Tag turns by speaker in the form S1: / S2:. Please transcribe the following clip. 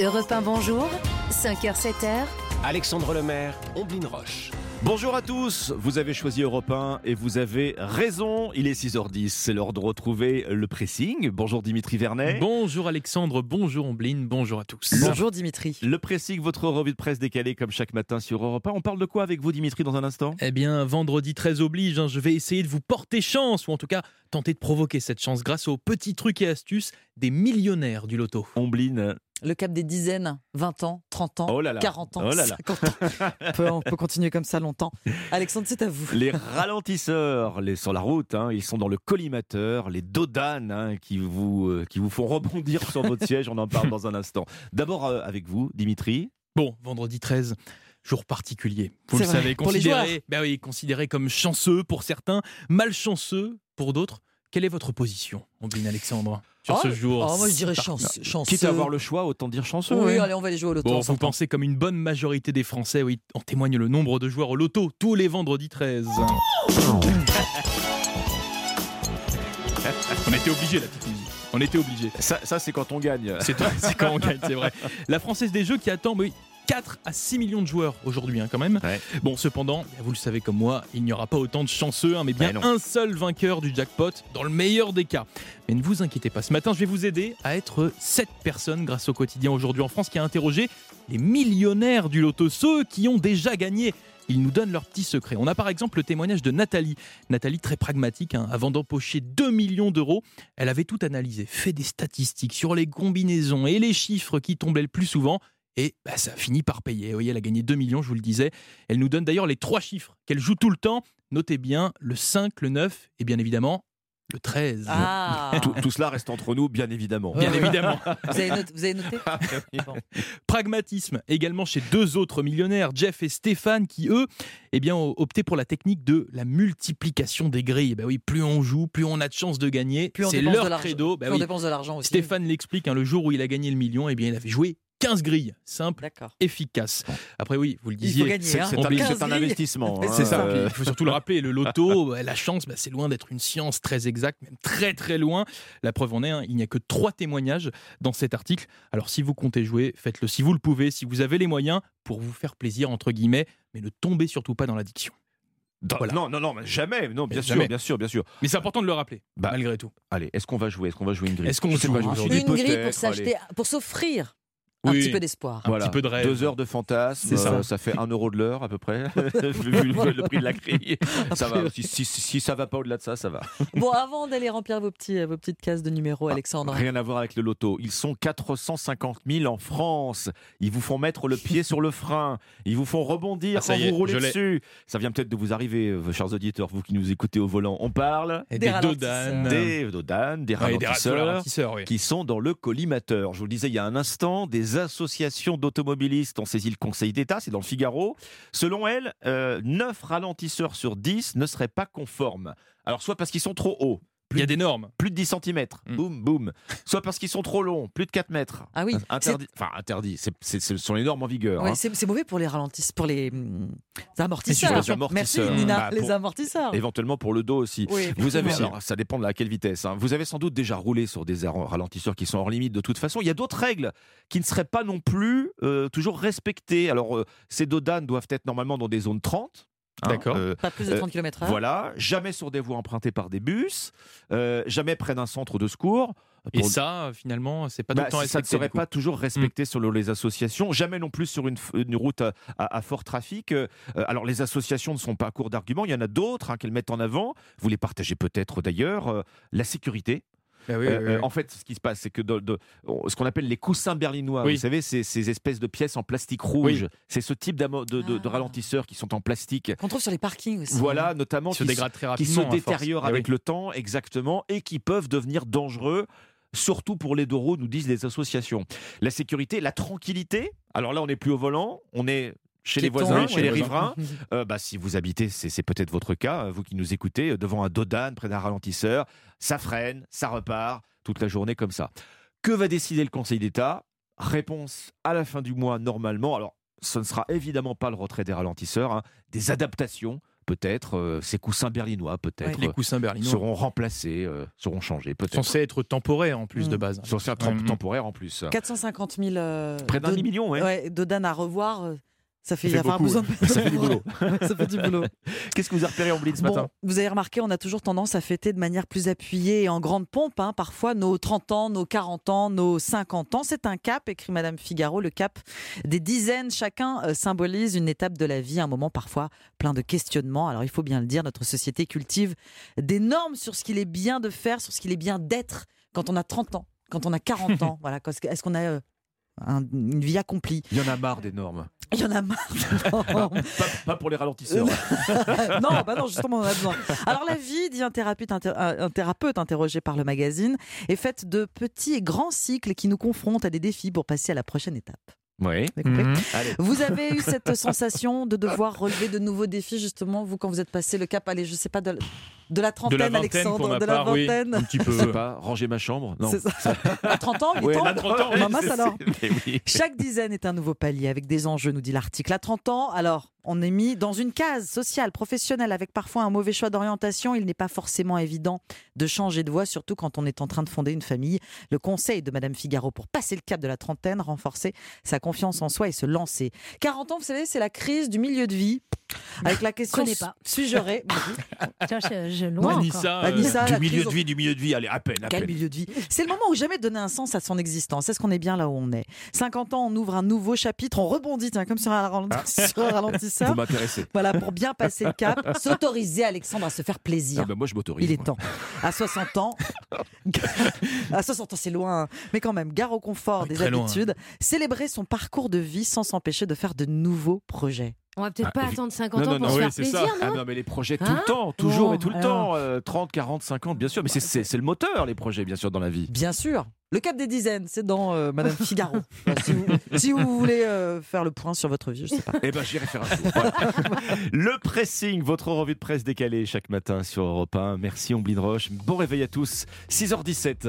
S1: Europe 1 Bonjour, 5h-7h,
S2: Alexandre Lemaire, Omblin Roche.
S3: Bonjour à tous, vous avez choisi Europe 1 et vous avez raison, il est 6h10, c'est l'heure de retrouver le pressing. Bonjour Dimitri Vernet.
S4: Bonjour Alexandre, bonjour Ombline, bonjour à tous.
S5: Eh Bonjour Dimitri.
S3: Le pressing, votre revue de presse décalée comme chaque matin sur Europe 1. On parle de quoi avec vous Dimitri dans un instant
S5: Euh,
S4: Eh bien, vendredi 13 oblige, hein, je vais essayer de vous porter chance, ou en tout cas tenter de provoquer cette chance grâce aux petits trucs et astuces des millionnaires du loto.
S3: Ombline,
S5: Le cap des dizaines, 20 ans, 30 ans,
S3: Oh là là.
S5: 40 ans,
S3: Oh là là.
S5: 50 ans. On peut, on peut continuer comme ça longtemps. Alexandre, c'est à vous.
S3: les ralentisseurs les, sur la route, hein, ils sont dans le collimateur, les dodanes hein, qui, vous, euh, qui vous font rebondir sur votre siège, on en parle dans un instant. D'abord euh, avec vous Dimitri.
S4: Bon, vendredi 13, jour particulier. Vous
S5: C'est
S4: le
S5: vrai,
S4: savez,
S5: pour les
S4: considéré, ben oui, considéré comme chanceux pour certains, malchanceux pour d'autres. Quelle est votre position, Ombline Alexandre, sur
S5: Oh,
S4: ce jour
S5: Oh, moi, je dirais
S4: si
S5: chance, chanceux.
S3: Quitte à avoir le choix, autant dire chanceux.
S5: Oui,
S3: hein.
S5: allez, on va aller jouer au loto.
S4: Bon,
S5: on
S4: vous
S5: s'entend.
S4: pensez comme une bonne majorité des Français, oui, en témoigne le nombre de joueurs au loto tous les vendredis 13. On était obligé la petite musique. On était obligé.
S3: Ça, ça, c'est quand on gagne.
S4: C'est c'est quand on gagne, c'est vrai. La Française des Jeux qui attend, oui. 4 à 6 millions de joueurs aujourd'hui, hein, quand même.
S3: Ouais.
S4: Bon, cependant, vous le savez comme moi, il n'y aura pas autant de chanceux, hein, mais bien
S3: Ouais, non.
S4: un seul vainqueur du jackpot, dans le meilleur des cas. Mais ne vous inquiétez pas, ce matin, je vais vous aider à être 7 personnes grâce au quotidien aujourd'hui en France qui a interrogé les millionnaires du loto, ceux qui ont déjà gagné. Ils nous donnent leurs petits secrets. On a par exemple le témoignage de Nathalie. Nathalie, très pragmatique, hein, avant d'empocher 2 millions d'euros, elle avait tout analysé, fait des statistiques sur les combinaisons et les chiffres qui tombaient le plus souvent. Et bah, ça a fini par payer. Vous voyez, elle a gagné 2 millions, je vous le disais. Elle nous donne d'ailleurs les trois chiffres qu'elle joue tout le temps. Notez bien le 5, le 9 et bien évidemment le 13.
S5: Ah,
S3: Tout, tout cela reste entre nous, bien évidemment. Ah,
S4: Bien évidemment.
S5: vous, avez noté, vous avez noté
S4: Pragmatisme également chez deux autres millionnaires, Jeff et Stéphane, qui eux, eh bien, ont opté pour la technique de la multiplication des grilles. Bah oui, plus on joue, plus on a de chances de gagner.
S5: Plus on
S4: C'est
S5: dépense
S4: leur
S5: de l'argent.
S4: credo. Bah
S5: Plus On
S4: oui,
S5: dépense de l'argent aussi.
S4: Stéphane l'explique, hein, le jour où il a gagné le million, eh bien, il avait joué 15 grilles. Simple,
S5: D'accord.
S4: efficace. Après, oui, vous le
S5: Il faut
S4: disiez.
S5: gagner.
S3: C'est
S5: Hein.
S3: c'est un,
S4: Oublie.
S3: c'est Ah. un
S5: 15
S3: investissement. hein.
S4: C'est ça.
S3: Euh,
S4: Puis, il faut surtout le rappeler, le loto, bah, la chance, bah, c'est loin d'être une science très exacte, même très très loin. La preuve en est, hein, il n'y a que trois témoignages dans cet article. Alors si vous comptez jouer, faites-le si vous le pouvez, si vous avez les moyens, pour vous faire plaisir, entre guillemets, mais ne tombez surtout pas dans l'addiction.
S3: dans-
S4: Voilà.
S3: Non, non, non, mais jamais. Non, bien sûr,
S4: Jamais.
S3: bien sûr, bien sûr.
S4: Mais c'est important de le rappeler,
S3: Bah,
S4: malgré tout.
S3: Allez, est-ce qu'on va jouer Est-ce qu'on va jouer une grille
S4: Est-ce qu'on
S3: Je sais
S4: joue
S3: pas, je me
S4: aujourd'hui
S3: suis dit
S5: Une grille pour
S3: peut-être,
S5: s'acheter, pour s'offrir un
S4: Oui.
S5: petit peu d'espoir.
S4: Un petit peu de rêve.
S3: Deux heures de fantasme,
S4: C'est ça.
S3: euh, ça fait un euro de l'heure à peu près, vu vu le prix de la grille. Ça va. Si, si, si- si ça va pas au-delà de ça, ça va.
S5: Bon, avant d'aller remplir vos, petits, euh, vos petites cases de numéros, Alexandre.
S3: Ah, Rien à voir avec le loto. Ils sont 450 000 en France. Ils vous font mettre le pied sur le frein. Ils vous font rebondir
S4: Ah, ça
S3: quand
S4: y est,
S3: vous roulez
S4: je l'ai.
S3: dessus. Ça vient peut-être de vous arriver, euh, chers auditeurs, vous qui nous écoutez au volant. On parle
S4: Et
S5: Des
S4: des
S5: ralentisseurs.
S4: dodanes.
S3: des dodanes, des
S4: Euh. Ouais, des
S3: ralentisseurs.
S4: ralentisseurs, oui.
S3: qui sont dans le collimateur. Je vous le disais il y a un instant, des associations d'automobilistes ont saisi le Conseil d'État, c'est dans le Figaro. Selon elles, euh, 9 ralentisseurs sur 10 ne seraient pas conformes. Alors soit parce qu'ils sont trop hauts,
S4: Il y a des normes.
S3: plus de 10 cm,
S4: Mm.
S3: boum, boum. Soit parce qu'ils sont trop longs, plus de 4 mètres. Hein,
S5: Ah oui, c'est-
S3: Interdit, enfin interdit, c'est- c'est- ce sont les normes en vigueur.
S5: Ouais,
S3: hein.
S5: c'est c'est mauvais pour les ralentisses, pour les hum, amortisseurs.
S3: Les amortisseurs.
S5: Merci Nina,
S3: Bah,
S5: les
S3: pour-
S5: amortisseurs.
S3: Éventuellement pour le dos aussi.
S5: Oui,
S3: Vous avez,
S5: effectivement.
S3: alors, ça dépend de à quelle vitesse. hein. Vous avez sans doute déjà roulé sur des ar- ralentisseurs qui sont hors limite de toute façon. Il y a d'autres règles qui ne seraient pas non plus euh, toujours respectées. Alors, euh, ces dodanes doivent être normalement dans des zones 30.
S4: D'accord.
S3: euh,
S5: pas plus de
S3: euh,
S5: 30 km/h.
S3: voilà. Jamais sur des voies empruntées par des bus. euh, jamais près d'un centre de secours.
S4: Et
S3: Pour-
S4: ça, finalement, c'est pas tout
S3: bah,
S4: le temps
S3: ça ne
S4: respecté,
S3: serait
S4: du coup. Mm.
S3: pas toujours respecté sur les associations, jamais non plus sur une, f- une route à, à- à fort trafic. Euh, euh, alors les associations ne sont pas à court d'arguments, il y en a d'autres hein, qu'elles mettent en avant, vous les partagez peut-être d'ailleurs, Euh, la sécurité.
S4: Bah oui,
S3: Euh,
S4: oui,
S3: euh,
S4: oui.
S3: en fait, ce qui se passe, c'est que de- de- on- ce qu'on appelle les coussins berlinois,
S4: Oui.
S3: vous savez, ces, ces espèces de pièces en plastique rouge, c'est ce type d'amo- de, de- de
S5: Ah.
S3: ralentisseurs qui sont en plastique.
S5: Qu'on trouve sur les parkings aussi.
S3: Voilà, notamment
S4: Ils se
S3: qui
S4: dégradent très
S3: qui
S4: rapidement.
S3: se
S4: à force.
S3: détériorent
S4: Bah oui.
S3: avec le temps, exactement, et qui peuvent devenir dangereux, surtout pour les deux roues, nous disent les associations. La sécurité, la tranquillité. Alors là, on n'est plus au volant, on est chez les
S5: Piétons,
S3: voisins,
S4: oui,
S3: chez
S4: chez
S3: les
S4: les
S3: riverains. Euh, bah, si vous habitez, c'est c'est peut-être votre cas, euh, vous qui nous écoutez, euh, devant un dodane, près d'un ralentisseur, ça freine, ça repart, toute la journée comme ça. Que va décider le Conseil d'État Réponse à la fin du mois, normalement. Alors, ce ne sera évidemment pas le retrait des ralentisseurs, hein, des adaptations peut-être euh, ces coussins berlinois, peut-être,
S4: Les
S3: euh,
S4: coussins berlinois
S3: seront remplacés, euh, seront changés,
S4: sont
S3: peut-être.
S4: censés être temporaires en plus
S5: Mm.
S4: de base.
S3: Sont censés être
S4: Mm.
S3: temporaires en plus.
S5: 450 000 euh,
S3: Près d'un
S5: de-
S3: demi-million, ouais.
S5: ouais, de Dan à revoir. euh, Ça fait,
S3: Ça fait
S5: enfin,
S3: beaucoup,
S5: besoin de-
S3: Ça fait du boulot.
S5: ça fait du boulot.
S3: Qu'est-ce que vous avez repéré en Blitz ce
S5: Bon,
S3: matin
S5: vous avez remarqué, on a toujours tendance à fêter de manière plus appuyée et en grande pompe, hein, parfois nos 30 ans, nos 40 ans, nos 50 ans. C'est un cap, écrit Madame Figaro, le cap des dizaines. Chacun euh, symbolise une étape de la vie, un moment parfois plein de questionnements. Alors il faut bien le dire, notre société cultive des normes sur ce qu'il est bien de faire, sur ce qu'il est bien d'être quand on a 30 ans, quand on a 40 ans. Voilà, parce que- est-ce qu'on a euh, un- une vie accomplie
S3: Il y en a marre des normes.
S5: Il y en a marre.
S3: Pas, pas pour les ralentisseurs.
S5: non, bah non, justement, on en a besoin. Alors, la vie, dit un thérapeute, inter- un thérapeute interrogé par le magazine, est faite de petits et grands cycles qui nous confrontent à des défis pour passer à la prochaine étape.
S3: oui.
S5: Vous avez compris
S4: Mhm.
S5: Vous avez eu cette sensation de devoir relever de nouveaux défis, justement, vous, quand vous êtes passé le cap, allez, je sais pas, de, la- de la
S4: De
S5: trentaine,
S4: la vingtaine
S5: Alexandre,
S4: pour ma
S5: de la
S4: part, oui.
S5: vingtaine.
S4: Un petit
S3: Je sais
S4: peu.
S3: pas, ranger ma chambre Non.
S5: C'est ça. À 30 ans, il
S3: Ouais,
S5: tombe.
S3: là, 30 ans, oui,
S5: Maman,
S3: c'est-
S5: alors.
S3: c'est- mais oui.
S5: Chaque dizaine est un nouveau palier avec des enjeux, nous dit l'article. À 30 ans, alors, on est mis dans une case sociale, professionnelle, avec parfois un mauvais choix d'orientation. Il n'est pas forcément évident de changer de voie, surtout quand on est en train de fonder une famille. Le conseil de Madame Figaro pour passer le cap de la trentaine, renforcer sa confiance en soi et se lancer. 40 ans, vous savez, c'est la crise du milieu de vie. Avec la question
S1: Connais pas.
S5: suis-je heureux
S1: Tiens, je, je loin encore.
S4: Anissa, euh,
S5: Anissa, la
S3: Du milieu
S5: crise
S3: de vie, du milieu de vie, allez, à peine, à
S5: quel
S3: peine.
S5: milieu de vie C'est le moment où jamais donner un sens à son existence. Est-ce qu'on est bien là où on est 50 ans, on ouvre un nouveau chapitre, on rebondit, tiens, comme sur un, ralent-
S3: Ah.
S5: sur un
S3: Vous
S1: Hein
S5: ralentisseur.
S3: m'intéressez.
S5: Voilà, pour bien passer le cap, s'autoriser Alexandre à se faire
S3: Ah
S5: plaisir.
S3: ben, moi, je m'autorise.
S5: Il est
S3: moi.
S5: temps. À 60 ans, à 60 ans, c'est loin, hein. mais quand même, gare au
S3: Ah,
S5: confort
S4: Oui,
S5: des
S3: hein.
S4: très loin.
S5: habitudes, célébrer son parcours de vie sans s'empêcher de faire de nouveaux projets.
S1: On va peut-être
S3: Ah,
S1: pas
S3: évi-
S1: attendre 50
S3: Non,
S1: ans
S3: non,
S1: pour
S3: non,
S1: se
S4: oui,
S1: faire
S4: c'est
S1: plaisir,
S3: Ah
S1: non
S3: non, mais les projets tout
S1: Hein
S3: le temps, toujours
S5: Bon,
S3: et tout le
S5: alors.
S3: temps, euh, 30, 40, 50, bien sûr, mais c'est- c'est c'est le moteur, les projets, bien sûr, dans la vie.
S5: Bien sûr. Le cap des dizaines, c'est dans euh, Madame Figaro. Enfin, si, vous, si vous voulez euh, faire le point sur votre vie, je sais pas.
S3: Eh ben, j'irai faire un tour. Voilà. le pressing, votre revue de presse décalée chaque matin sur Europe 1. Merci, Omblin Roche. Bon réveil à tous, 6h17.